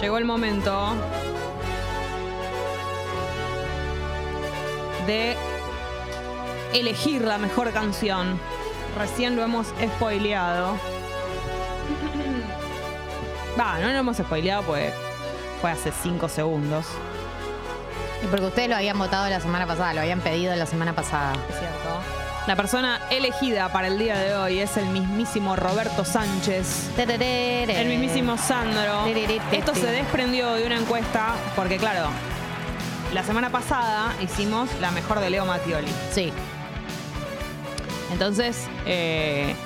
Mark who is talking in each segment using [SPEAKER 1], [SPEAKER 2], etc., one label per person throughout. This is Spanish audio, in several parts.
[SPEAKER 1] Llegó el momento de elegir la mejor canción. Recién lo hemos spoileado. Va, no lo hemos spoileado pues fue hace 5 segundos.
[SPEAKER 2] Y porque ustedes lo habían votado la semana pasada, lo habían pedido la semana pasada.
[SPEAKER 1] Es cierto. La persona elegida para el día de hoy es el mismísimo Roberto Sánchez.
[SPEAKER 2] Tererere.
[SPEAKER 1] El mismísimo Sandro.
[SPEAKER 2] Tererere.
[SPEAKER 1] Esto se desprendió de una encuesta porque, claro, la semana pasada hicimos la mejor de Leo Mattioli.
[SPEAKER 2] Sí.
[SPEAKER 1] Entonces eh,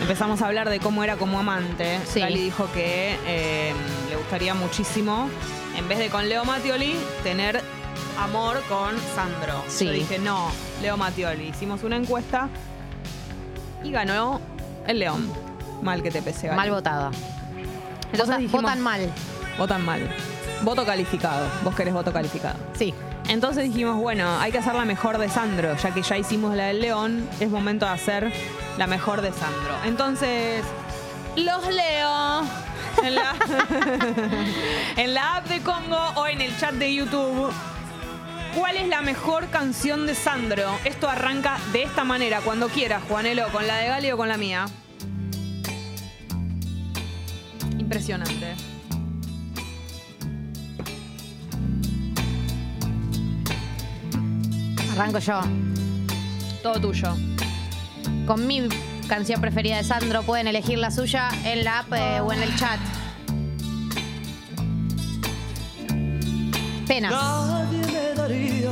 [SPEAKER 1] empezamos a hablar de cómo era como amante.
[SPEAKER 2] Sí.
[SPEAKER 1] Lali dijo que eh, le gustaría muchísimo, en vez de con Leo Mattioli, tener amor con Sandro.
[SPEAKER 2] Sí.
[SPEAKER 1] Yo dije, no, Leo Mattioli. Hicimos una encuesta y ganó el León. Mal que te pese. Gali.
[SPEAKER 2] Mal votada.
[SPEAKER 1] Entonces
[SPEAKER 2] Vota-
[SPEAKER 1] dijimos-
[SPEAKER 2] votan mal.
[SPEAKER 1] Votan mal. Voto calificado. Vos querés voto calificado.
[SPEAKER 2] Sí.
[SPEAKER 1] Entonces dijimos, bueno, hay que hacer la mejor de Sandro, ya que ya hicimos la del León, es momento de hacer la mejor de Sandro. Entonces, los leo en la, en la app de Congo o en el chat de YouTube. ¿Cuál es la mejor canción de Sandro? Esto arranca de esta manera, cuando quieras, Juanelo, con la de Gali o con la mía. Impresionante.
[SPEAKER 2] Arranco yo.
[SPEAKER 1] Todo tuyo.
[SPEAKER 2] Con mi canción preferida de Sandro pueden elegir la suya en la app eh, o en el chat. Penas.
[SPEAKER 3] Nadie me daría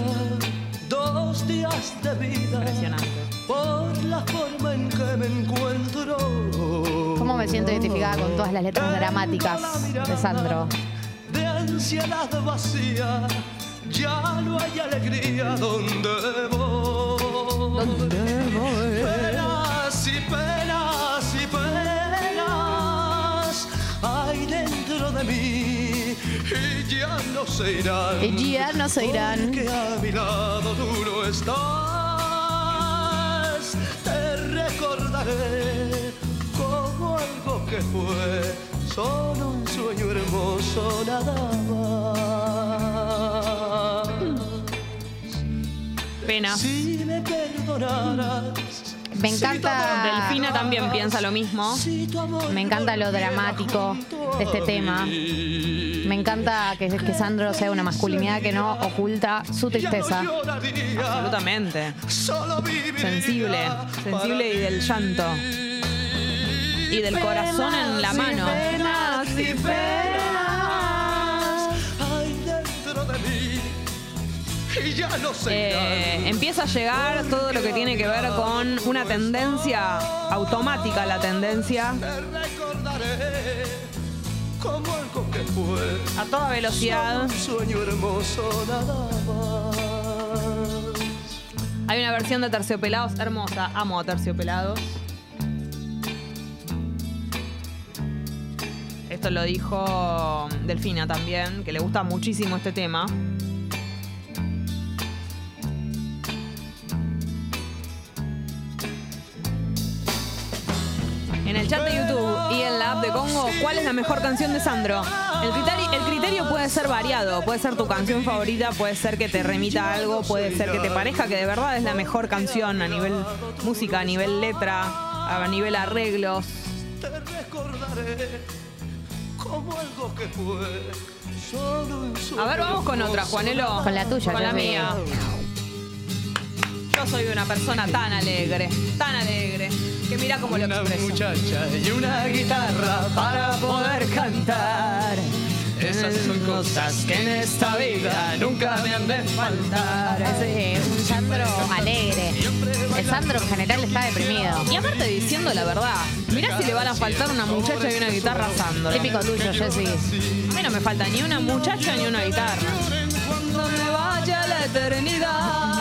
[SPEAKER 3] dos días de vida
[SPEAKER 1] Impresionante.
[SPEAKER 3] por la forma en que me encuentro.
[SPEAKER 2] ¿Cómo me siento identificada con todas las letras dramáticas de Sandro?
[SPEAKER 3] De ansiedad vacía, ya no hay alegría donde voy. Penas y penas y penas hay dentro de mí y ya no se irán.
[SPEAKER 2] Y ya no se irán.
[SPEAKER 3] Porque a mi lado tú no estás. Te recordaré como algo que fue solo un sueño hermoso nada más.
[SPEAKER 1] Pena.
[SPEAKER 3] Si me perdonaras.
[SPEAKER 2] Ah. Me
[SPEAKER 3] si
[SPEAKER 2] encanta-
[SPEAKER 3] todo-
[SPEAKER 1] Delfina también piensa lo mismo.
[SPEAKER 3] Si tu amor
[SPEAKER 2] Me encanta lo
[SPEAKER 3] volviera
[SPEAKER 2] dramático
[SPEAKER 3] junto
[SPEAKER 2] de este
[SPEAKER 3] a
[SPEAKER 2] tema.
[SPEAKER 3] mí,
[SPEAKER 2] Me encanta que, que Sandro sea una masculinidad que no oculta su
[SPEAKER 3] ya no
[SPEAKER 2] tristeza.
[SPEAKER 3] lloraría,
[SPEAKER 1] Absolutamente.
[SPEAKER 3] solo viviría
[SPEAKER 1] Sensible, sensible y del llanto. Y del corazón en la mano.
[SPEAKER 3] Penas y penas hay dentro de mí y ya no sé.
[SPEAKER 1] Eh, empieza a llegar todo lo que tiene que ver con una tendencia automática, la tendencia
[SPEAKER 3] Te recordaré como algo que fue
[SPEAKER 1] a toda velocidad.
[SPEAKER 3] un sueño hermoso nada más.
[SPEAKER 1] Hay una versión de Terciopelados hermosa. Amo a Terciopelados. Esto lo dijo mm, Delfina también, que le gusta muchísimo este tema. En el chat de YouTube y en la app de Congo, ¿cuál es la mejor canción de Sandro? El criterio, el criterio puede ser variado, puede ser tu canción favorita, puede ser que te remita a algo, puede ser que te parezca que de verdad es la mejor canción a nivel música, a nivel letra, a nivel arreglos.
[SPEAKER 3] Te recordaré como algo que fue solo un sueño
[SPEAKER 1] A ver, vamos con otra,
[SPEAKER 3] hermoso
[SPEAKER 1] Juanelo.
[SPEAKER 2] Con la tuya,
[SPEAKER 1] Con la
[SPEAKER 2] ya sé.
[SPEAKER 1] mía. Yo soy una persona tan alegre, tan alegre, que mira cómo lo
[SPEAKER 3] Una
[SPEAKER 1] expreso.
[SPEAKER 3] muchacha y una guitarra para poder cantar. Esas son cosas que en esta vida nunca me han de faltar.
[SPEAKER 2] Es eh, un Sandro alegre. El Sandro en general está deprimido.
[SPEAKER 1] Y aparte diciendo la verdad, mirá si le van a faltar una muchacha y una guitarra a Sandro.
[SPEAKER 2] Típico tuyo, Jessy.
[SPEAKER 1] A mí no me falta ni una muchacha ni una guitarra. Cuando me vaya la eternidad,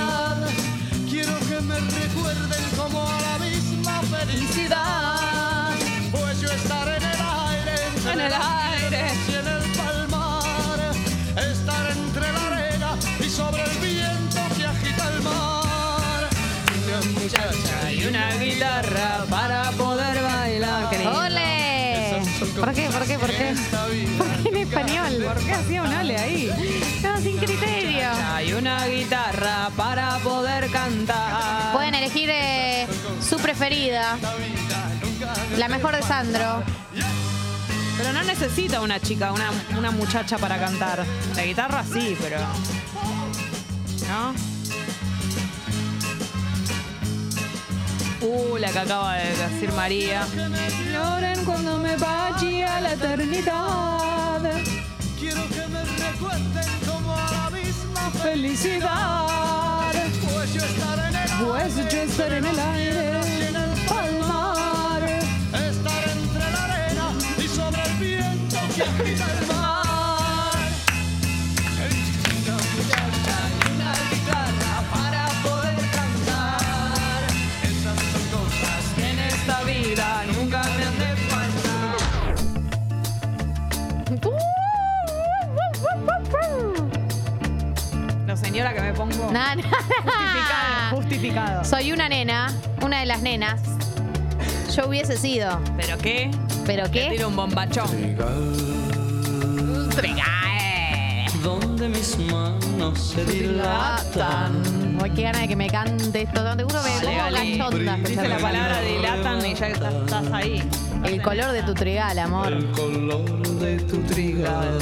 [SPEAKER 3] Quiero que me recuerden como a la misma
[SPEAKER 1] felicidad
[SPEAKER 3] Pues yo estaré en el aire, entre
[SPEAKER 1] en el
[SPEAKER 3] las
[SPEAKER 1] aire.
[SPEAKER 3] y en el palmar, estar entre la arena y sobre el viento que agita el mar. Una muchacha y una guitarra
[SPEAKER 1] para poder bailar. Qué lindo.
[SPEAKER 2] ¡Ole! ¿Por qué? ¿Por qué? ¿Por qué? ¿Por qué me español.
[SPEAKER 1] ¿Por qué hacía un ale ahí?
[SPEAKER 2] No, sin criterio.
[SPEAKER 1] Hay una guitarra para poder cantar.
[SPEAKER 2] Pueden elegir eh, su preferida, la mejor de Sandro.
[SPEAKER 1] Pero no necesita una chica, una, una muchacha para cantar. La guitarra sí, pero. ¿No? Uh, la que acaba de decir María. Lloren cuando me vaya a la eternidad.
[SPEAKER 4] Quiero que me recuerden como a la misma fe,
[SPEAKER 1] Felicidad.
[SPEAKER 4] pues yo estaré en el
[SPEAKER 1] Pues yo estaré en el aire, en el palmar.
[SPEAKER 4] estar entre la arena y sobre el viento que agita el mar. Una muchacha y una guitarra
[SPEAKER 1] para poder cantar.
[SPEAKER 4] Esas son cosas
[SPEAKER 1] En esta vida nunca me han de faltar. La señora que me pongo.
[SPEAKER 2] Na, na, na.
[SPEAKER 1] Justificado. Justificado.
[SPEAKER 2] Soy una nena, una de las nenas. Yo hubiese sido,
[SPEAKER 1] ¿Pero qué?
[SPEAKER 2] pero
[SPEAKER 1] Te
[SPEAKER 2] ¿qué?
[SPEAKER 1] tiro un bombachón.
[SPEAKER 3] eh. donde mis manos se dilatan.
[SPEAKER 2] Ay, qué gana de que me cante esto. No, te juro me
[SPEAKER 1] Dale,
[SPEAKER 2] pongo
[SPEAKER 1] dale.
[SPEAKER 2] cachonda.
[SPEAKER 1] Dice la palabra dilatan y ya estás, estás ahí.
[SPEAKER 2] El color de tu trigal, amor.
[SPEAKER 3] El color de tu trigal.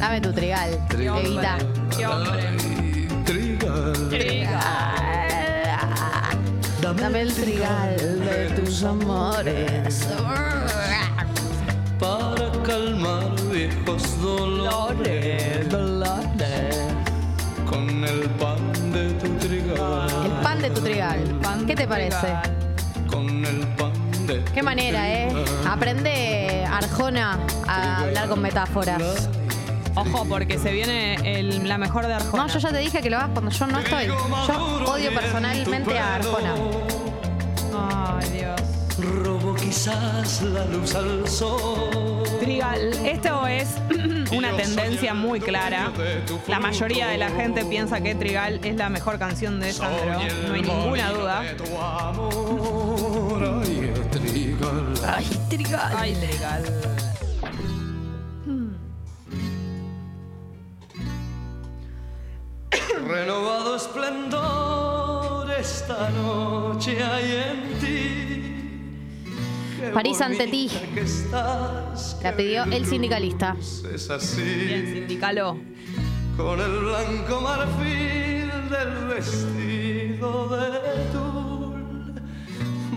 [SPEAKER 2] Dame tu trigal,
[SPEAKER 1] Qué hombre.
[SPEAKER 2] Evita.
[SPEAKER 1] Qué hombre.
[SPEAKER 3] Ay, trigal.
[SPEAKER 2] Dame el trigal de tus amores.
[SPEAKER 3] Para calmar viejos dolores. Con el pan de tu
[SPEAKER 2] El
[SPEAKER 3] trigal.
[SPEAKER 2] pan de tu trigal.
[SPEAKER 1] Pan
[SPEAKER 2] ¿Qué te parece?
[SPEAKER 1] trigal.
[SPEAKER 3] Con el pan de tu
[SPEAKER 2] Qué manera, ¿eh? Aprende Arjona a hablar con metáforas.
[SPEAKER 1] Ojo, porque se viene el- la mejor de Arjona.
[SPEAKER 2] No, yo ya te dije que lo hagas cuando yo no estoy. Yo odio personalmente a Arjona.
[SPEAKER 1] Ay, Dios.
[SPEAKER 3] Robo quizás la luz al sol.
[SPEAKER 1] Trigal, esto es una
[SPEAKER 4] Yo
[SPEAKER 1] tendencia
[SPEAKER 4] soy el
[SPEAKER 1] muy clara.
[SPEAKER 4] dueño de tu
[SPEAKER 1] La
[SPEAKER 4] fruto.
[SPEAKER 1] mayoría de la gente piensa que Trigal es la mejor canción de Sandro,
[SPEAKER 4] Soy el
[SPEAKER 1] no hay ninguna
[SPEAKER 4] molino
[SPEAKER 1] duda.
[SPEAKER 4] de tu amor.
[SPEAKER 3] Amor, ay, el trigal.
[SPEAKER 2] Ay, trigal.
[SPEAKER 1] Ay, Trigal.
[SPEAKER 3] Renovado esplendor esta noche hay en ti. Qué
[SPEAKER 2] París ante ti.
[SPEAKER 3] bonita que estás,
[SPEAKER 2] La
[SPEAKER 3] qué
[SPEAKER 2] pidió el sindicalista.
[SPEAKER 3] Es así,
[SPEAKER 1] Bien, sindicalo.
[SPEAKER 3] con el blanco marfil del vestido de tul,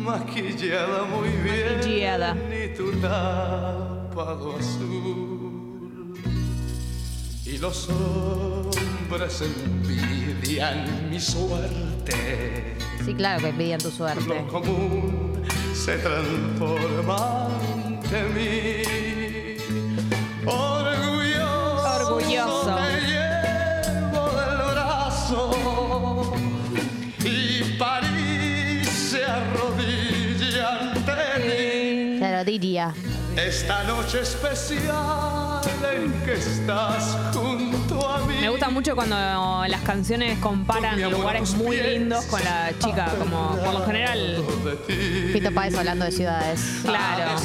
[SPEAKER 3] maquillada muy bien,
[SPEAKER 1] Maquillada.
[SPEAKER 3] y tu tapado azul.
[SPEAKER 4] Y los hombres envidian mi suerte.
[SPEAKER 2] Sí, claro que pedían tu suerte.
[SPEAKER 4] Lo común se transforma ante mí. Orgulloso,
[SPEAKER 1] Orgulloso.
[SPEAKER 4] me llevo del brazo y París se arrodilla ante mí.
[SPEAKER 2] Te lo diría.
[SPEAKER 4] Esta noche especial en que estás junto a mí.
[SPEAKER 1] Me gusta mucho cuando las canciones comparan lugares muy lindos con la chica, como por lo general,
[SPEAKER 4] de ti.
[SPEAKER 2] Pito Páez hablando de ciudades.
[SPEAKER 1] claro.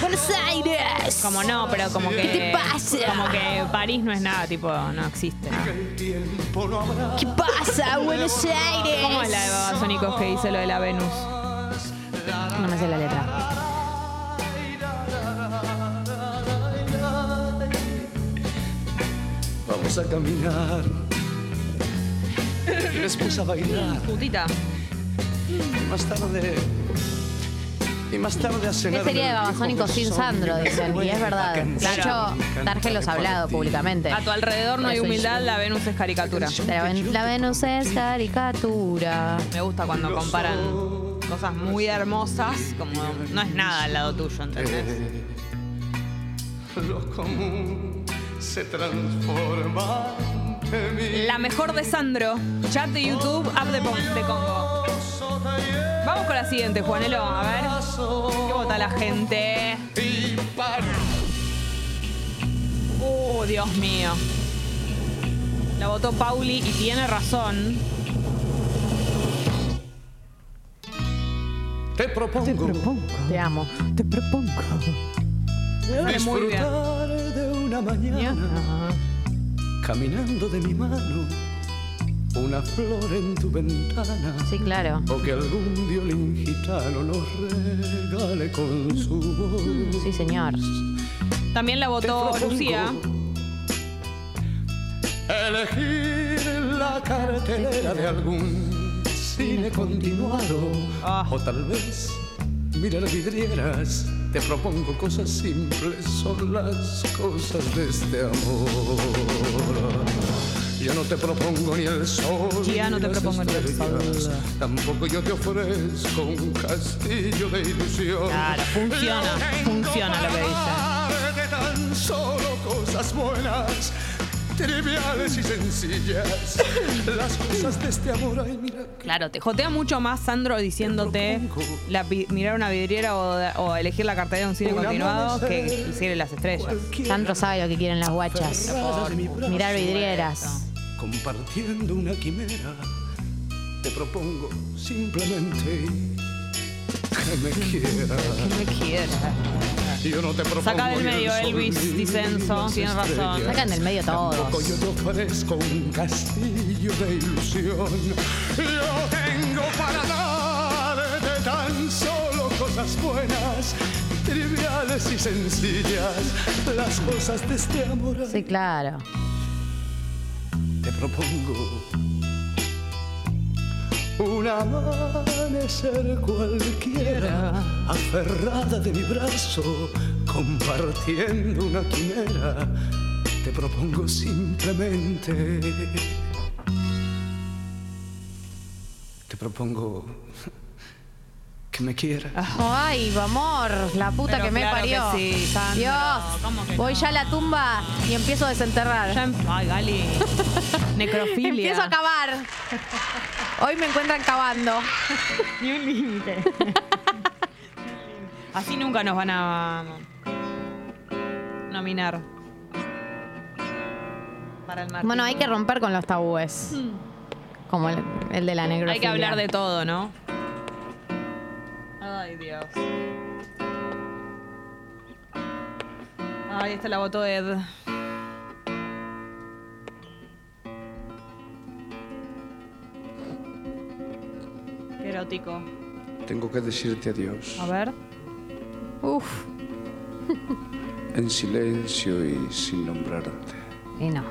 [SPEAKER 2] Buenos Aires.
[SPEAKER 1] Como no, pero como que.
[SPEAKER 2] ¿Qué te pasa?
[SPEAKER 1] Como que París no es nada, tipo, no existe.
[SPEAKER 4] Tiempo no habrá
[SPEAKER 2] ¿Qué pasa, Buenos Aires?
[SPEAKER 1] ¿Cómo es la de Babasónicos que dice lo de la Venus?
[SPEAKER 2] No me sé la letra.
[SPEAKER 4] Vamos a caminar. Y después a bailar.
[SPEAKER 1] Putita.
[SPEAKER 4] Y más tarde. Y más tarde a cenar.
[SPEAKER 2] ¿Qué sería de Babasónicos sin Sandro? Dicen. Y es verdad. De hecho, Dargelos ha hablado públicamente.
[SPEAKER 1] A tu alrededor no hay humildad, la Venus es caricatura.
[SPEAKER 2] La, Ven- la Venus es caricatura.
[SPEAKER 1] Me gusta cuando comparan cosas muy hermosas, como no es nada al lado tuyo, ¿entendés?
[SPEAKER 2] Eh.
[SPEAKER 4] Lo común se transforma en mí.
[SPEAKER 1] La mejor de Sandro, chat de YouTube, app de, Pon- de Congo.
[SPEAKER 4] Orgulloso te
[SPEAKER 1] Vamos con la siguiente, Juanelo, a ver. ¿Qué vota la gente?
[SPEAKER 4] llevo y para-
[SPEAKER 1] Uh, Dios mío. La votó Pauli y tiene razón.
[SPEAKER 4] Te propongo.
[SPEAKER 2] Te amo.
[SPEAKER 1] Muy bien.
[SPEAKER 4] Disfrutar de
[SPEAKER 3] la mañana, caminando de mi mano, una flor en tu ventana.
[SPEAKER 2] Sí, claro.
[SPEAKER 3] O que algún violín gitano nos regale con su voz.
[SPEAKER 2] Sí, señor.
[SPEAKER 1] También la
[SPEAKER 3] Te
[SPEAKER 1] votó
[SPEAKER 3] propongo
[SPEAKER 1] Lucía.
[SPEAKER 3] Elegir la cartelera de algún cine continuado.
[SPEAKER 1] Ah.
[SPEAKER 3] O tal vez mirar vidrieras. Te propongo cosas simples, son las cosas de este amor. Yo no te propongo ni el sol.
[SPEAKER 1] Ya no te
[SPEAKER 3] las
[SPEAKER 1] propongo ni el
[SPEAKER 3] estrellas.
[SPEAKER 1] sol.
[SPEAKER 3] Tampoco yo te ofrezco un castillo de ilusión.
[SPEAKER 1] Claro, funciona,
[SPEAKER 3] Yo tengo
[SPEAKER 1] funciona lo que
[SPEAKER 3] para
[SPEAKER 1] dice.
[SPEAKER 3] de tan solo cosas buenas, triviales y sencillas. Las cosas de este amor, ay, mira.
[SPEAKER 1] Claro, te jotea mucho más Sandro diciéndote
[SPEAKER 3] Te propongo.
[SPEAKER 1] la pi- mirar una vidriera o, o elegir la cartera de un cine
[SPEAKER 3] Un
[SPEAKER 1] continuado que
[SPEAKER 3] amanecer.
[SPEAKER 1] el cielo y las estrellas.
[SPEAKER 3] cualquiera
[SPEAKER 2] Sandro sabe lo que quieren las guachas.
[SPEAKER 3] raya de mi brazo,
[SPEAKER 2] Mirar vidrieras.
[SPEAKER 3] Compartiendo una quimera, te propongo simplemente que me quieras.
[SPEAKER 1] me quiera.
[SPEAKER 3] Yo no te propongo
[SPEAKER 1] Saca del
[SPEAKER 3] ni el
[SPEAKER 1] medio,
[SPEAKER 3] sol,
[SPEAKER 1] Elvis,
[SPEAKER 3] ni
[SPEAKER 1] dice Enzo,
[SPEAKER 3] las
[SPEAKER 1] tienes razón.
[SPEAKER 3] estrellas.
[SPEAKER 2] Sacan del medio
[SPEAKER 3] Tampoco yo
[SPEAKER 2] todos.
[SPEAKER 3] te ofrezco un castillo de ilusión. Yo tengo para darte tan solo cosas buenas, triviales y sencillas. Las cosas de este amor
[SPEAKER 2] Sí, claro.
[SPEAKER 3] te propongo. Un amanecer cualquiera, aferrada de mi brazo, compartiendo una quimera, te propongo simplemente. Te propongo que me quieras.
[SPEAKER 2] Ay, amor, la puta
[SPEAKER 1] Pero
[SPEAKER 2] que me
[SPEAKER 1] claro
[SPEAKER 2] parió.
[SPEAKER 1] que sí, Sandro, ¿cómo que
[SPEAKER 2] Dios, voy
[SPEAKER 1] no?
[SPEAKER 2] ya a la tumba y empiezo a desenterrar.
[SPEAKER 1] Ya em- Ay, Gali. Necrofilia.
[SPEAKER 2] Empiezo a cavar. Hoy me encuentran cavando.
[SPEAKER 1] Ni un límite. Así nunca nos van a nominar. Para el martes.
[SPEAKER 2] Bueno, hay que romper con los tabúes. Como el, el de la
[SPEAKER 1] Hmm.
[SPEAKER 2] negrofilia.
[SPEAKER 1] Hay que hablar de todo, ¿no? Ay, Dios. Ay, esta la votó Ed. Qué erótico.
[SPEAKER 3] Tengo que decirte adiós,
[SPEAKER 1] A ver.
[SPEAKER 2] Uf,
[SPEAKER 3] en silencio y sin nombrarte.
[SPEAKER 2] y no.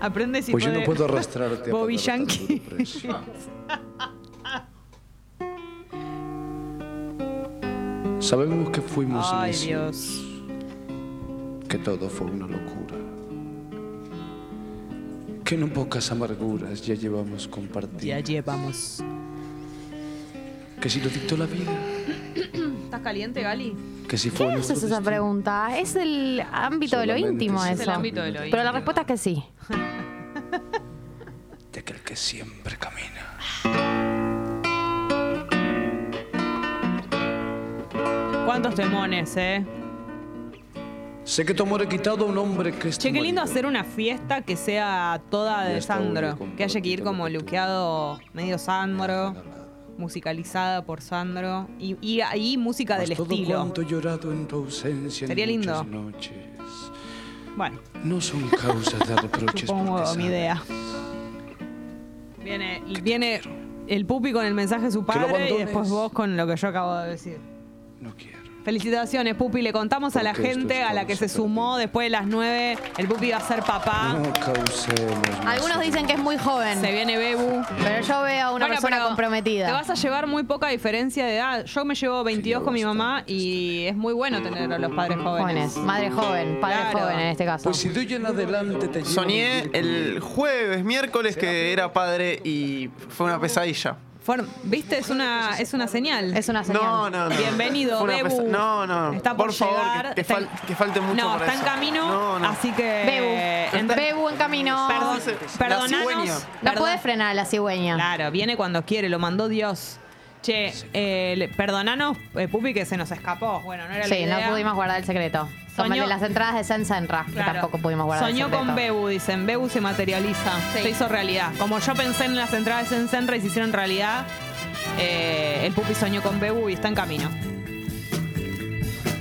[SPEAKER 1] Aprende si
[SPEAKER 3] Pues yo
[SPEAKER 1] puede-
[SPEAKER 3] no puedo arrastrarte a
[SPEAKER 1] Bobby
[SPEAKER 3] pagar tanto
[SPEAKER 1] Yankee.
[SPEAKER 3] tu precio. Sabemos que fuimos
[SPEAKER 1] Ay,
[SPEAKER 3] necios,
[SPEAKER 1] Dios.
[SPEAKER 3] que todo fue una locura. Que no pocas amarguras ya llevamos
[SPEAKER 1] Ya
[SPEAKER 3] compartidas.
[SPEAKER 1] llevamos.
[SPEAKER 3] Que si lo dictó la vida,
[SPEAKER 1] ¿Estás caliente, Gali?
[SPEAKER 3] que si
[SPEAKER 2] ¿Qué
[SPEAKER 3] fue nuestro
[SPEAKER 2] haces esa
[SPEAKER 3] destino.
[SPEAKER 2] pregunta? Es el ámbito de lo
[SPEAKER 3] Solamente
[SPEAKER 2] íntimo
[SPEAKER 3] es
[SPEAKER 2] eso.
[SPEAKER 3] el
[SPEAKER 1] ámbito de lo
[SPEAKER 2] Pero la
[SPEAKER 1] íntimo.
[SPEAKER 2] respuesta es que sí.
[SPEAKER 3] de aquel que siempre camina.
[SPEAKER 1] ¿Cuántos temones, eh?
[SPEAKER 3] Sé que tu amor he quitado a un hombre que es tu
[SPEAKER 1] Che, qué lindo
[SPEAKER 3] marido.
[SPEAKER 1] hacer una fiesta que sea toda
[SPEAKER 3] Y
[SPEAKER 1] de
[SPEAKER 3] hasta
[SPEAKER 1] Sandro.
[SPEAKER 3] hoy he
[SPEAKER 1] Que haya que ir
[SPEAKER 3] compartido
[SPEAKER 1] como
[SPEAKER 3] lo que tú-
[SPEAKER 1] luqueado medio Sandro, musicalizada por Sandro. Y, y ahí música
[SPEAKER 3] Mas
[SPEAKER 1] del
[SPEAKER 3] todo
[SPEAKER 1] estilo.
[SPEAKER 3] cuanto he llorado en tu ausencia en
[SPEAKER 1] Sería lindo.
[SPEAKER 3] muchas noches.
[SPEAKER 1] Bueno,
[SPEAKER 3] No son causas de reproches.
[SPEAKER 1] supongo
[SPEAKER 3] porque
[SPEAKER 1] mi idea. Viene, viene el pupi con el mensaje de su
[SPEAKER 3] Que
[SPEAKER 1] padre
[SPEAKER 3] lo
[SPEAKER 1] y
[SPEAKER 3] abandones.
[SPEAKER 1] después vos con lo que yo acabo de decir.
[SPEAKER 3] sabes, No quiero.
[SPEAKER 1] Felicitaciones, Pupi. Le contamos a la
[SPEAKER 3] Porque esto
[SPEAKER 1] gente
[SPEAKER 3] es
[SPEAKER 1] a la que se
[SPEAKER 3] causa
[SPEAKER 1] sumó después de las 9. El Pupi va a ser papá.
[SPEAKER 3] No causemos. más
[SPEAKER 2] Algunos dicen que es muy joven.
[SPEAKER 1] Se viene Bebu.
[SPEAKER 2] Pero yo veo a
[SPEAKER 1] Bueno,
[SPEAKER 2] una persona
[SPEAKER 1] pero
[SPEAKER 2] comprometida.
[SPEAKER 1] Te vas a llevar muy poca diferencia de edad. Yo me llevo 22 con mi mamá y es muy bueno tener a los padres jóvenes.
[SPEAKER 2] Jóvenes, madre joven, padre
[SPEAKER 1] Claro.
[SPEAKER 2] joven en este caso.
[SPEAKER 3] Pues si de hoy en adelante te llevo
[SPEAKER 5] Soñé el jueves, miércoles, que era padre y fue una pesadilla.
[SPEAKER 1] Fueron- ¿Viste? Es una, es una señal.
[SPEAKER 2] es una señal.
[SPEAKER 5] No, no, no.
[SPEAKER 1] Bienvenido,
[SPEAKER 5] Fue una
[SPEAKER 1] Bebu.
[SPEAKER 5] pesa- No, no.
[SPEAKER 1] Está por,
[SPEAKER 5] favor,
[SPEAKER 1] llegar.
[SPEAKER 5] que, que
[SPEAKER 1] Está en-
[SPEAKER 5] fal- que falte mucho
[SPEAKER 1] No,
[SPEAKER 5] para
[SPEAKER 1] está en
[SPEAKER 5] eso.
[SPEAKER 1] camino.
[SPEAKER 5] No, no.
[SPEAKER 1] Así que.
[SPEAKER 2] Bebu,
[SPEAKER 1] en-
[SPEAKER 2] Bebu en camino.
[SPEAKER 1] Eh, Perdón,
[SPEAKER 5] La cigüeña.
[SPEAKER 1] perdonanos.
[SPEAKER 2] No
[SPEAKER 1] perdón-
[SPEAKER 2] puede frenar a la cigüeña.
[SPEAKER 1] Claro, viene cuando quiere, lo mandó Dios. Che, eh, le- perdonanos, eh, Pupi, que se nos escapó. Bueno, no era la
[SPEAKER 2] Sí,
[SPEAKER 1] idea.
[SPEAKER 2] no pudimos guardar el secreto. Como el
[SPEAKER 1] Soñó-
[SPEAKER 2] de las entradas de Sen Senra, que
[SPEAKER 1] Claro.
[SPEAKER 2] tampoco pudimos guardar
[SPEAKER 1] Soñó
[SPEAKER 2] el secreto.
[SPEAKER 1] con Bebu, dicen. Bebu se materializa.
[SPEAKER 2] Sí.
[SPEAKER 1] Se hizo realidad. Como yo pensé en las entradas en Senra y se hicieron realidad, eh, el Pupi soñó con Bebu y está en camino.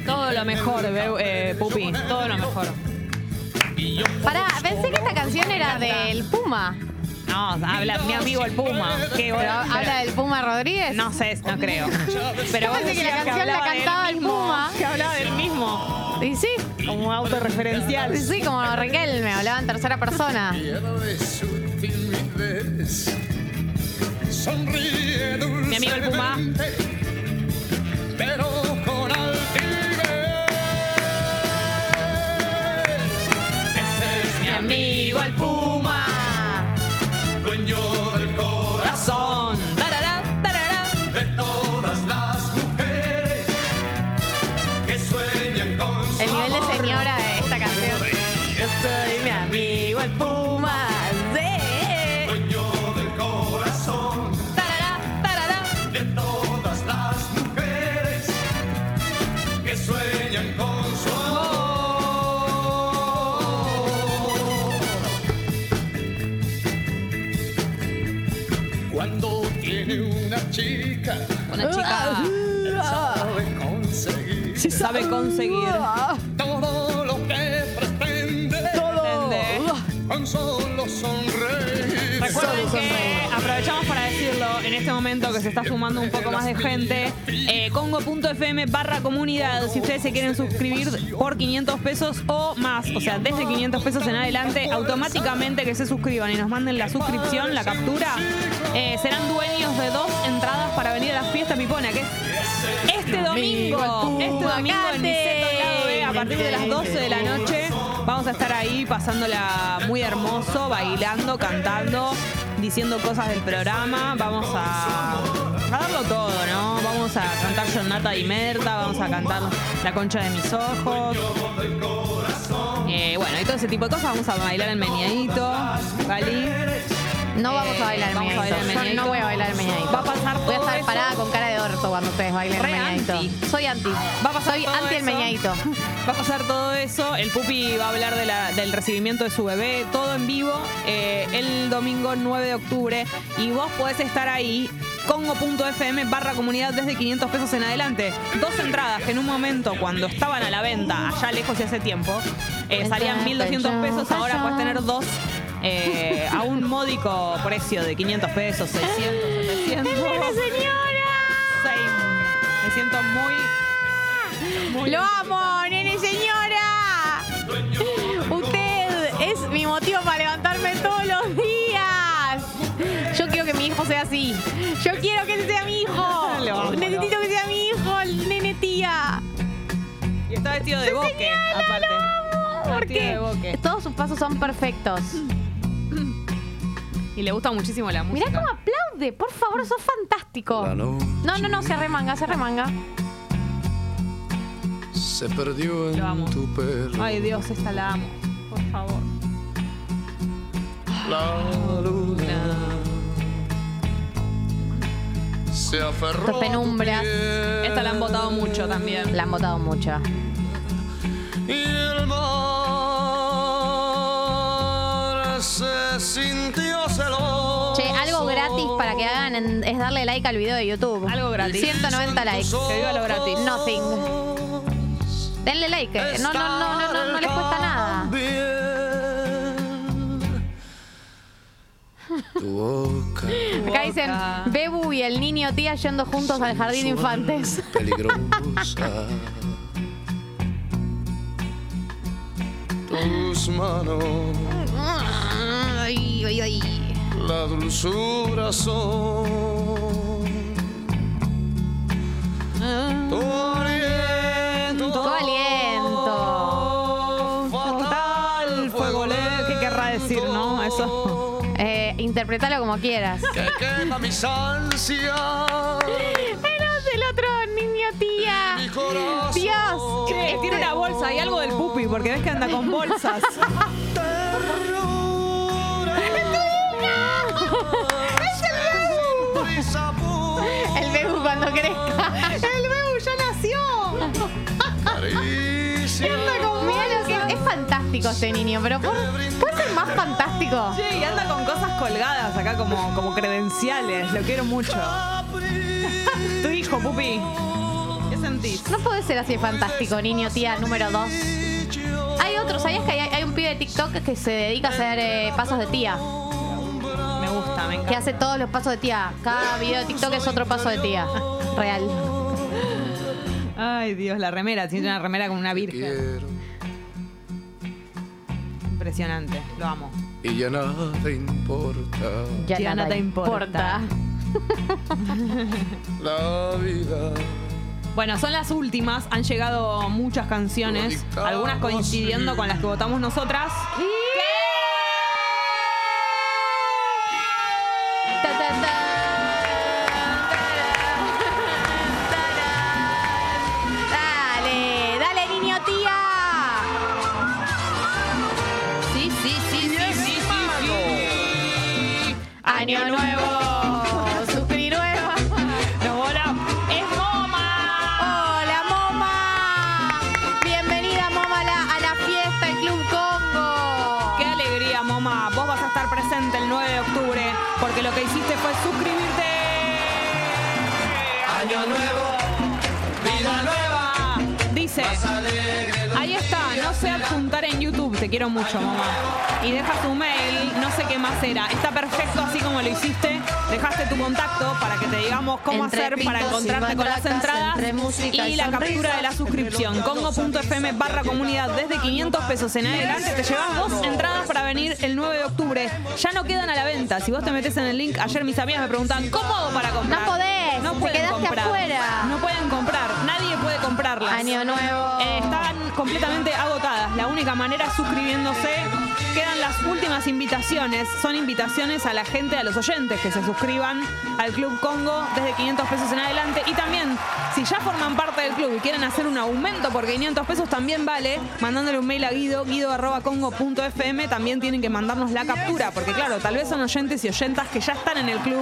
[SPEAKER 1] Todo todo lo mejor, Beu- eh, Pupi. Todo lo mejor.
[SPEAKER 2] Pará, pensé que esta canción era del Puma.
[SPEAKER 1] No, habla mi amigo el Puma. Qué
[SPEAKER 2] Pero
[SPEAKER 1] bueno.
[SPEAKER 2] habla del Puma Rodríguez.
[SPEAKER 1] No sé, no creo. Pero
[SPEAKER 2] Yo
[SPEAKER 1] vos
[SPEAKER 2] pensé que
[SPEAKER 1] decías
[SPEAKER 2] la canción la
[SPEAKER 1] hablaba del
[SPEAKER 2] cantaba el
[SPEAKER 1] mismo,
[SPEAKER 2] Puma.
[SPEAKER 1] Que hablaba del mismo.
[SPEAKER 2] Y sí,
[SPEAKER 1] Como autorreferencial.
[SPEAKER 2] y sí, como Raquel me hablaba en tercera persona.
[SPEAKER 4] Piedra de su timidez. Sonríe
[SPEAKER 1] Mi amigo el Puma.
[SPEAKER 4] dulcemente, Pero con altivez. Ese es mi
[SPEAKER 1] amigo el Puma.
[SPEAKER 4] dueño del corazón
[SPEAKER 1] Razón. Tarará, tarará.
[SPEAKER 4] de todas las mujeres que sueñan con su
[SPEAKER 2] El nivel de
[SPEAKER 4] amor.
[SPEAKER 2] señora de esta canción. Yo soy mi amigo el Puma. Sí.
[SPEAKER 4] Dueño del corazón
[SPEAKER 1] Tarará, tarará.
[SPEAKER 4] de todas las mujeres que sueñan con su amor. Cuando tiene una chica,
[SPEAKER 2] Una chica.
[SPEAKER 4] sabe conseguir
[SPEAKER 1] Si Ah, sabe conseguir.
[SPEAKER 4] todo lo que pretende
[SPEAKER 1] ¿entendés?
[SPEAKER 4] con solo sonreír.
[SPEAKER 1] Recuerden que aprovechamos para decirlo en este momento que se está sumando un poco más de gente. eh, Congo.fm barra comunidad. Si ustedes se quieren suscribir por 500 pesos o más, o sea, desde 500 pesos en adelante, automáticamente que se suscriban y nos manden la suscripción, la captura, eh, serán dueños de dos entradas para venir a la fiesta pipona, que es este domingo, este domingo en Niceto, lado B, a partir de las 12 de la noche, vamos a estar ahí pasándola muy hermoso, bailando, cantando, diciendo cosas del programa. Vamos a, a darlo todo, ¿no? Vamos a cantar Jonata y Merta, vamos a cantar La Concha de mis Ojos. Eh, bueno, y todo ese tipo de cosas. Vamos a bailar el meñadito, ¿vale?
[SPEAKER 2] No vamos
[SPEAKER 1] Eh,
[SPEAKER 2] a bailar el
[SPEAKER 1] vamos a bailar el
[SPEAKER 2] meñadito. Yo
[SPEAKER 1] meñadito.
[SPEAKER 2] no voy a bailar el meñadito.
[SPEAKER 1] Va a pasar
[SPEAKER 2] Voy a
[SPEAKER 1] todo
[SPEAKER 2] estar
[SPEAKER 1] eso.
[SPEAKER 2] parada con cara de orto cuando ustedes bailen
[SPEAKER 1] Re
[SPEAKER 2] el meñadito.
[SPEAKER 1] anti.
[SPEAKER 2] Soy anti.
[SPEAKER 1] Va a pasar
[SPEAKER 2] Soy
[SPEAKER 1] todo
[SPEAKER 2] anti el
[SPEAKER 1] eso.
[SPEAKER 2] meñadito.
[SPEAKER 1] Va a pasar todo eso. El Pupi va a hablar de la- del recibimiento de su bebé, todo en vivo, eh, el domingo 9 de octubre. Y vos podés estar ahí, congo.fm barra comunidad desde 500 pesos en adelante. Dos entradas que en un momento, cuando estaban a la venta, allá lejos y hace tiempo, eh, salían 1.200 pesos, ahora puedes tener dos. eh, a un módico precio de 500 pesos, 600, 700.
[SPEAKER 2] señora!
[SPEAKER 1] Seis. Me siento muy... muy
[SPEAKER 2] ¡Lo amo, nene señora! Usted es mi motivo para levantarme todos los días. Yo quiero que mi hijo sea así. Yo quiero que ese sea mi
[SPEAKER 1] Lo amo,
[SPEAKER 2] hijo. Necesito que sea mi hijo, el nene tía.
[SPEAKER 1] Y está vestido de boque, aparte. Está vestido de
[SPEAKER 2] Porque
[SPEAKER 1] boque.
[SPEAKER 2] todos sus pasos son perfectos.
[SPEAKER 1] Y le gusta muchísimo la música.
[SPEAKER 2] Mirá cómo aplaude, por favor, sos fantástico. No, no, no, se remanga, se remanga.
[SPEAKER 3] Se perdió
[SPEAKER 1] Lo amo.
[SPEAKER 3] en tu pelo.
[SPEAKER 1] Ay, Dios, esta la amo. Por favor.
[SPEAKER 3] La luna se aferró.
[SPEAKER 2] Estas penumbras.
[SPEAKER 1] Esta la han votado mucho también.
[SPEAKER 2] La han votado mucho.
[SPEAKER 3] Y el mar se sintió celoso.
[SPEAKER 2] Che, algo gratis para que hagan en- es darle like al video de YouTube.
[SPEAKER 1] Algo gratis.
[SPEAKER 2] 190 likes.
[SPEAKER 1] Que viva lo gratis.
[SPEAKER 2] Nothing. Denle like. eh. No, no, no, no, no, no les cuesta nada.
[SPEAKER 3] Tu boca
[SPEAKER 2] Acá dicen Bebu y el niño tía yendo juntos al jardín de infantes.
[SPEAKER 3] peligrosa. Tus manos,
[SPEAKER 2] Ay, ay, ay.
[SPEAKER 3] la dulzura son. Tu
[SPEAKER 2] Tu
[SPEAKER 3] aliento
[SPEAKER 2] aliento.
[SPEAKER 1] Fatal, fuego leve. ¿Qué querrá decir, no? Eso.
[SPEAKER 2] Eh, interpretalo como quieras.
[SPEAKER 3] que quema mis ansias.
[SPEAKER 2] Eras el otro niño tía.
[SPEAKER 3] Mi corazón.
[SPEAKER 2] Dios.
[SPEAKER 1] Che, tiene una bolsa y algo del pupi, porque ves que anda con bolsas.
[SPEAKER 2] El Bebu cuando crezca.
[SPEAKER 1] ¡El Bebu ya nació!
[SPEAKER 2] Mirá lo que- es fantástico este niño, pero ¿pu- ¿puede ser más fantástico?
[SPEAKER 1] Che, y anda con cosas colgadas acá como, como credenciales. Lo quiero mucho. Tu hijo, pupi. Es sentís?
[SPEAKER 2] No puede ser así de fantástico, niño, tía, número dos. Hay otro, ¿sabías que hay, hay un pibe de TikTok que se dedica a hacer eh, pasos de tía?
[SPEAKER 1] Me gusta, me
[SPEAKER 2] Que
[SPEAKER 1] encanta.
[SPEAKER 2] hace todos los pasos de tía. Cada video de TikTok es otro paso de tía. Real.
[SPEAKER 1] Ay, Dios, la remera. Tiene una remera con una virgen.
[SPEAKER 3] Quiero
[SPEAKER 1] Impresionante. Lo amo.
[SPEAKER 3] y ya nada te importa.
[SPEAKER 2] Ya,
[SPEAKER 1] Ya
[SPEAKER 2] nada,
[SPEAKER 1] nada
[SPEAKER 2] importa.
[SPEAKER 1] importa.
[SPEAKER 3] La vida.
[SPEAKER 1] Bueno, son las últimas. Han llegado muchas canciones.
[SPEAKER 3] Conectados.
[SPEAKER 1] Algunas coincidiendo con las que votamos nosotras.
[SPEAKER 2] Ta, ta, ta, tarán, tarán. Dale, dale, niño, tía.
[SPEAKER 1] Sí, sí, sí, sí, sí,
[SPEAKER 2] Año nuevo. Suscri nueva.
[SPEAKER 1] Nos volamos. ¡Es MoMA!
[SPEAKER 2] Hola, Moma. Bienvenida, Moma, a la, a la fiesta del Club Congo.
[SPEAKER 1] ¡Qué alegría, MoMA! Vos vas a estar presente el 9 de octubre porque lo que hiciste fue suscribirte.
[SPEAKER 4] Año nuevo, vida nueva.
[SPEAKER 1] Dice, ahí está, no sé adjuntar en YouTube, te quiero mucho, mamá. Y deja tu mail, no sé qué más era. Está perfecto así como lo hiciste. Dejaste tu contacto para que te digamos cómo
[SPEAKER 6] Entre
[SPEAKER 1] hacer para
[SPEAKER 6] pitos y
[SPEAKER 1] encontrarte con las
[SPEAKER 6] matracas,
[SPEAKER 1] entradas
[SPEAKER 6] entre música
[SPEAKER 1] y
[SPEAKER 6] y
[SPEAKER 1] la
[SPEAKER 6] sonrisas.
[SPEAKER 1] captura de la suscripción. Congo.fm barra comunidad desde 500 pesos en adelante. Te llevas dos entradas para venir el 9 de octubre. Ya no quedan a la venta. Si vos te metes en el link, ayer mis amigas me preguntan, ¿cómo hago para comprar?
[SPEAKER 2] No podés, te
[SPEAKER 1] pueden
[SPEAKER 2] quedaste afuera.
[SPEAKER 1] No pueden comprar, nadie puede comprarlas.
[SPEAKER 2] Año nuevo.
[SPEAKER 1] Eh, estaban completamente agotadas. La única manera es suscribiéndose. Quedan las últimas invitaciones. Son invitaciones a la gente, a los oyentes que se suscriban al Club Congo desde 500 pesos en adelante. Y también, si ya forman parte del club y quieren hacer un aumento por 500 pesos, también vale. Mandándole un mail a guido, guido.congo.fm. También tienen que mandarnos la captura, porque claro, tal vez son oyentes y oyentas que ya están en el club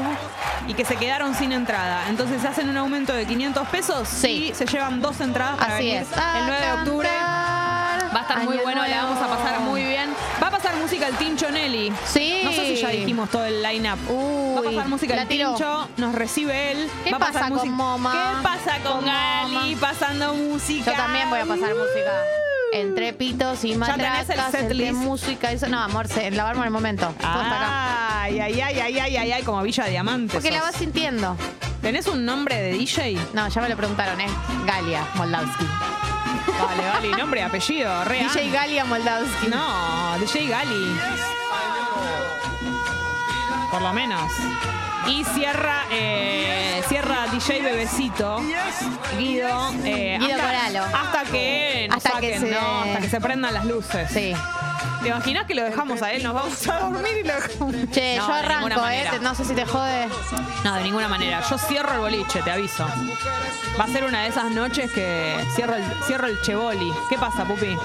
[SPEAKER 1] y que se quedaron sin entrada. Entonces, hacen un aumento de 500 pesos
[SPEAKER 2] Sí.
[SPEAKER 1] y se llevan dos entradas para
[SPEAKER 2] Así
[SPEAKER 1] venir
[SPEAKER 2] es.
[SPEAKER 1] El 9 de octubre
[SPEAKER 2] Va
[SPEAKER 1] va a estar muy bueno, la vamos a pasar muy bien. Va a pasar música el Tincho Nelly.
[SPEAKER 2] Sí.
[SPEAKER 1] No sé si ya dijimos todo el line-up. Va a
[SPEAKER 2] Uy,
[SPEAKER 1] pasar música
[SPEAKER 2] la
[SPEAKER 1] el
[SPEAKER 2] tiró.
[SPEAKER 1] Tincho, nos recibe él.
[SPEAKER 2] ¿Qué
[SPEAKER 1] va a pasar
[SPEAKER 2] pasa con
[SPEAKER 1] música-
[SPEAKER 2] Moma?
[SPEAKER 1] ¿Qué pasa con,
[SPEAKER 2] Con
[SPEAKER 1] Gali
[SPEAKER 2] Moma.
[SPEAKER 1] pasando música?
[SPEAKER 2] Yo también voy a pasar música. Entre pitos y
[SPEAKER 1] tenés el Ah.
[SPEAKER 2] matracas,
[SPEAKER 1] set
[SPEAKER 2] entre
[SPEAKER 1] list.
[SPEAKER 2] música. Eso, no, amor, se, la vamos en el momento. Posta acá.
[SPEAKER 1] Ay, ay, ay, ay, ay, ay, ay, como Villa Diamante.
[SPEAKER 2] Porque la
[SPEAKER 1] sos.
[SPEAKER 2] vas sintiendo.
[SPEAKER 1] ¿Tenés un nombre de DJ?
[SPEAKER 2] No, ya me lo preguntaron, ¿eh? Galia Moldavsky.
[SPEAKER 1] Vale, vale, nombre, apellido, real.
[SPEAKER 2] DJ Galia Moldavsky.
[SPEAKER 1] No, DJ Gali. Por lo menos. Y cierra, eh, cierra DJ Bebecito, Guido, eh,
[SPEAKER 2] Guido
[SPEAKER 1] hasta,
[SPEAKER 2] Coralo.
[SPEAKER 1] hasta que nos
[SPEAKER 2] Hasta que
[SPEAKER 1] saquen,
[SPEAKER 2] se-
[SPEAKER 1] ¿no? hasta que se prendan las luces.
[SPEAKER 2] Sí.
[SPEAKER 1] ¿Te imaginas que lo dejamos a él? Nos vamos a dormir y lo dejamos.
[SPEAKER 2] Che,
[SPEAKER 1] No,
[SPEAKER 2] yo
[SPEAKER 1] de ninguna
[SPEAKER 2] arranco, ¿eh?
[SPEAKER 1] manera.
[SPEAKER 2] Te- No sé si te jode.
[SPEAKER 1] No, de ninguna manera. Yo cierro el boliche, te aviso. Va a ser una de esas noches que cierro el, cierro el cheboli. ¿Qué pasa, pupi?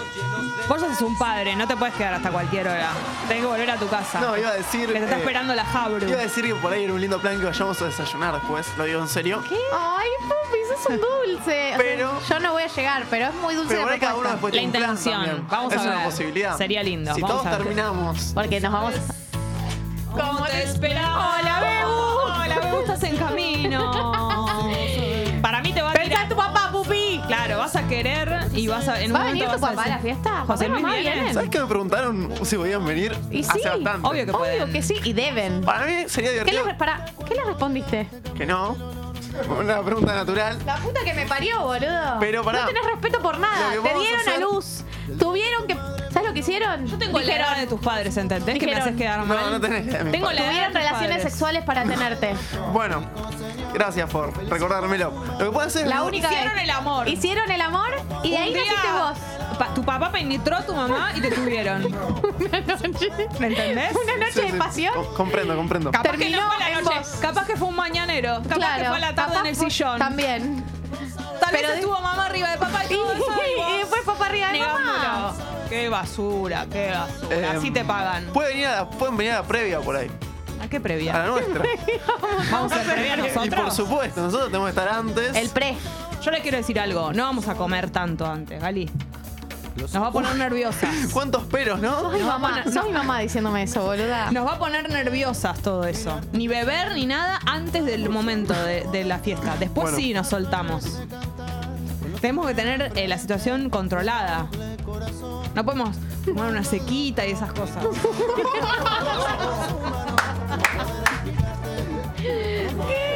[SPEAKER 1] Vos sos un padre, no te puedes quedar hasta cualquier hora. Tenés que volver a tu casa.
[SPEAKER 5] No, iba a decir.
[SPEAKER 1] Que te está
[SPEAKER 5] eh,
[SPEAKER 1] esperando la Jabru.
[SPEAKER 5] Iba a decir que por ahí era un lindo plan que vayamos a desayunar después, lo digo en serio.
[SPEAKER 2] Ay, Pupi, eso es un dulce. O sea,
[SPEAKER 5] Pero-
[SPEAKER 2] yo no voy a llegar, pero es muy dulce
[SPEAKER 5] Pero por
[SPEAKER 2] la
[SPEAKER 5] ahí cada uno
[SPEAKER 2] propuesta.
[SPEAKER 5] después
[SPEAKER 1] La
[SPEAKER 5] tiene un plan
[SPEAKER 1] intención.
[SPEAKER 5] también.
[SPEAKER 1] Vamos a
[SPEAKER 5] es una
[SPEAKER 1] ver.
[SPEAKER 5] posibilidad.
[SPEAKER 1] Sería lindo.
[SPEAKER 5] Si
[SPEAKER 1] Vamos
[SPEAKER 5] todos
[SPEAKER 1] a ver.
[SPEAKER 5] terminamos.
[SPEAKER 2] Porque nos vamos.
[SPEAKER 1] ¿Cómo te esperaba? Hola, Bebu. Hola, Bebu, estás en camino. Para mí te va a
[SPEAKER 2] Pensá
[SPEAKER 1] tirar.
[SPEAKER 2] en tu papá, Pupi.
[SPEAKER 1] Claro, vas a querer y vas a. En un
[SPEAKER 2] ¿Va a venir
[SPEAKER 1] momento
[SPEAKER 2] tu
[SPEAKER 1] vas
[SPEAKER 2] papá a la
[SPEAKER 1] decir,
[SPEAKER 2] fiesta? ¿Papá
[SPEAKER 1] José
[SPEAKER 2] y
[SPEAKER 1] Luis
[SPEAKER 2] mamá
[SPEAKER 1] viene.
[SPEAKER 2] vienen?
[SPEAKER 5] ¿Sabes que me preguntaron si podían venir?
[SPEAKER 2] Y sí,
[SPEAKER 5] Hace bastante.
[SPEAKER 1] Obvio que
[SPEAKER 2] Obvio
[SPEAKER 1] pueden.
[SPEAKER 2] que sí, y deben.
[SPEAKER 5] Para mí sería
[SPEAKER 2] ¿Qué
[SPEAKER 5] divertido
[SPEAKER 2] le, pará, ¿Qué le respondiste?
[SPEAKER 5] que no. Una pregunta natural.
[SPEAKER 2] La puta que me parió, boludo.
[SPEAKER 5] Pero pará.
[SPEAKER 2] No tenés respeto por nada.
[SPEAKER 5] Lo que
[SPEAKER 2] Te
[SPEAKER 5] vamos a
[SPEAKER 2] dieron a
[SPEAKER 5] hacer-
[SPEAKER 2] luz. Tuvieron que. ¿Sabes lo que hicieron?
[SPEAKER 1] Yo tengo la edad de tus padres, ¿entendés? Que me
[SPEAKER 2] Dijeron,
[SPEAKER 1] haces quedar mal.
[SPEAKER 5] No, no tenés idea de mi
[SPEAKER 1] Tengo la edad de
[SPEAKER 2] Tuvieron
[SPEAKER 1] tus
[SPEAKER 2] relaciones
[SPEAKER 1] padres.
[SPEAKER 2] sexuales para tenerte.
[SPEAKER 5] Bueno, gracias por recordármelo. Lo que puedo hacer es.
[SPEAKER 2] La única
[SPEAKER 1] Hicieron
[SPEAKER 2] vez.
[SPEAKER 1] el amor.
[SPEAKER 2] Hicieron el amor y de
[SPEAKER 1] Un
[SPEAKER 2] ahí
[SPEAKER 1] día,
[SPEAKER 2] naciste vos.
[SPEAKER 1] pa- tu papá penetró a tu mamá y te tuvieron. ¿Me entendés?
[SPEAKER 2] Una noche
[SPEAKER 5] Sí,
[SPEAKER 2] de
[SPEAKER 5] sí,
[SPEAKER 2] pasión.
[SPEAKER 5] com- Comprendo, comprendo.
[SPEAKER 1] Capaz
[SPEAKER 2] Terminó
[SPEAKER 1] que no fue la
[SPEAKER 2] en
[SPEAKER 1] noche.
[SPEAKER 2] vos.
[SPEAKER 1] Capaz que fue un mañanero. Capaz que
[SPEAKER 2] Claro,
[SPEAKER 1] fue a la tarde
[SPEAKER 2] papá
[SPEAKER 1] en el
[SPEAKER 2] fue-
[SPEAKER 1] sillón.
[SPEAKER 2] También.
[SPEAKER 1] Tal vez
[SPEAKER 2] pero de-
[SPEAKER 1] estuvo mamá arriba de papá y
[SPEAKER 2] Y,
[SPEAKER 1] todo eso. y vos
[SPEAKER 2] y después papá arriba de mamá.
[SPEAKER 1] negándolo. Qué basura, qué basura.
[SPEAKER 5] Eh,
[SPEAKER 1] Así te pagan.
[SPEAKER 5] Pueden venir a la, pueden venir a la previa por ahí,
[SPEAKER 1] ¿A qué
[SPEAKER 5] a
[SPEAKER 1] previa?
[SPEAKER 5] la nuestra.
[SPEAKER 1] ¿Vamos a previa
[SPEAKER 5] Ah. y por
[SPEAKER 1] nosotros?
[SPEAKER 5] supuesto, nosotros tenemos que estar antes.
[SPEAKER 2] El pre.
[SPEAKER 1] Yo le quiero decir algo. No vamos a comer tanto antes, Gali. Nos va a poner nerviosas.
[SPEAKER 5] ¿Cuántos peros, no?
[SPEAKER 2] Sos mi mamá. Sos mi mamá diciéndome eso, boluda.
[SPEAKER 1] Nos va a poner nerviosas todo eso. Ni beber ni nada antes del momento de, de la fiesta. Después
[SPEAKER 5] Bueno.
[SPEAKER 1] sí nos soltamos. tenemos que tener eh, la situación controlada. No podemos tomar una sequita y esas cosas.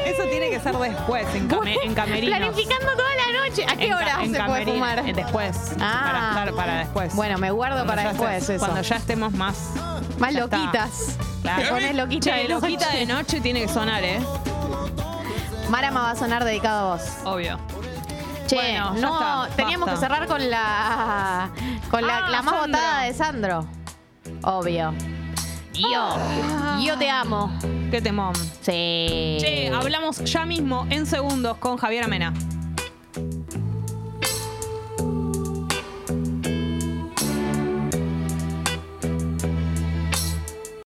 [SPEAKER 1] Eso tiene que ser después, en, came- en camerinos.
[SPEAKER 2] Planificando toda la noche. ¿A qué
[SPEAKER 1] En ca-
[SPEAKER 2] hora
[SPEAKER 1] en
[SPEAKER 2] se puede
[SPEAKER 1] camerino,
[SPEAKER 2] fumar?
[SPEAKER 1] en después.
[SPEAKER 2] Ah.
[SPEAKER 1] Para estar para después.
[SPEAKER 2] Bueno, me guardo
[SPEAKER 1] Cuando
[SPEAKER 2] para
[SPEAKER 1] ya
[SPEAKER 2] después
[SPEAKER 1] estés-
[SPEAKER 2] eso.
[SPEAKER 1] Cuando ya estemos más.
[SPEAKER 2] Más
[SPEAKER 1] ya está.
[SPEAKER 2] loquitas.
[SPEAKER 1] Claro.
[SPEAKER 2] Te pones loquita
[SPEAKER 1] Che,
[SPEAKER 2] de noche.
[SPEAKER 1] loquita de noche tiene que sonar, ¿eh?
[SPEAKER 2] Marama va a sonar dedicado a vos.
[SPEAKER 1] Obvio.
[SPEAKER 2] Che,
[SPEAKER 1] Bueno, ya
[SPEAKER 2] no,
[SPEAKER 1] está,
[SPEAKER 2] teníamos
[SPEAKER 1] basta.
[SPEAKER 2] que cerrar con la con la,
[SPEAKER 1] Ah,
[SPEAKER 2] la más
[SPEAKER 1] Sandro.
[SPEAKER 2] votada de Sandro. Obvio. Yo, yo te amo.
[SPEAKER 1] Qué temón.
[SPEAKER 2] Sí. Eh.
[SPEAKER 1] Che, hablamos ya mismo en segundos con Javier Amena.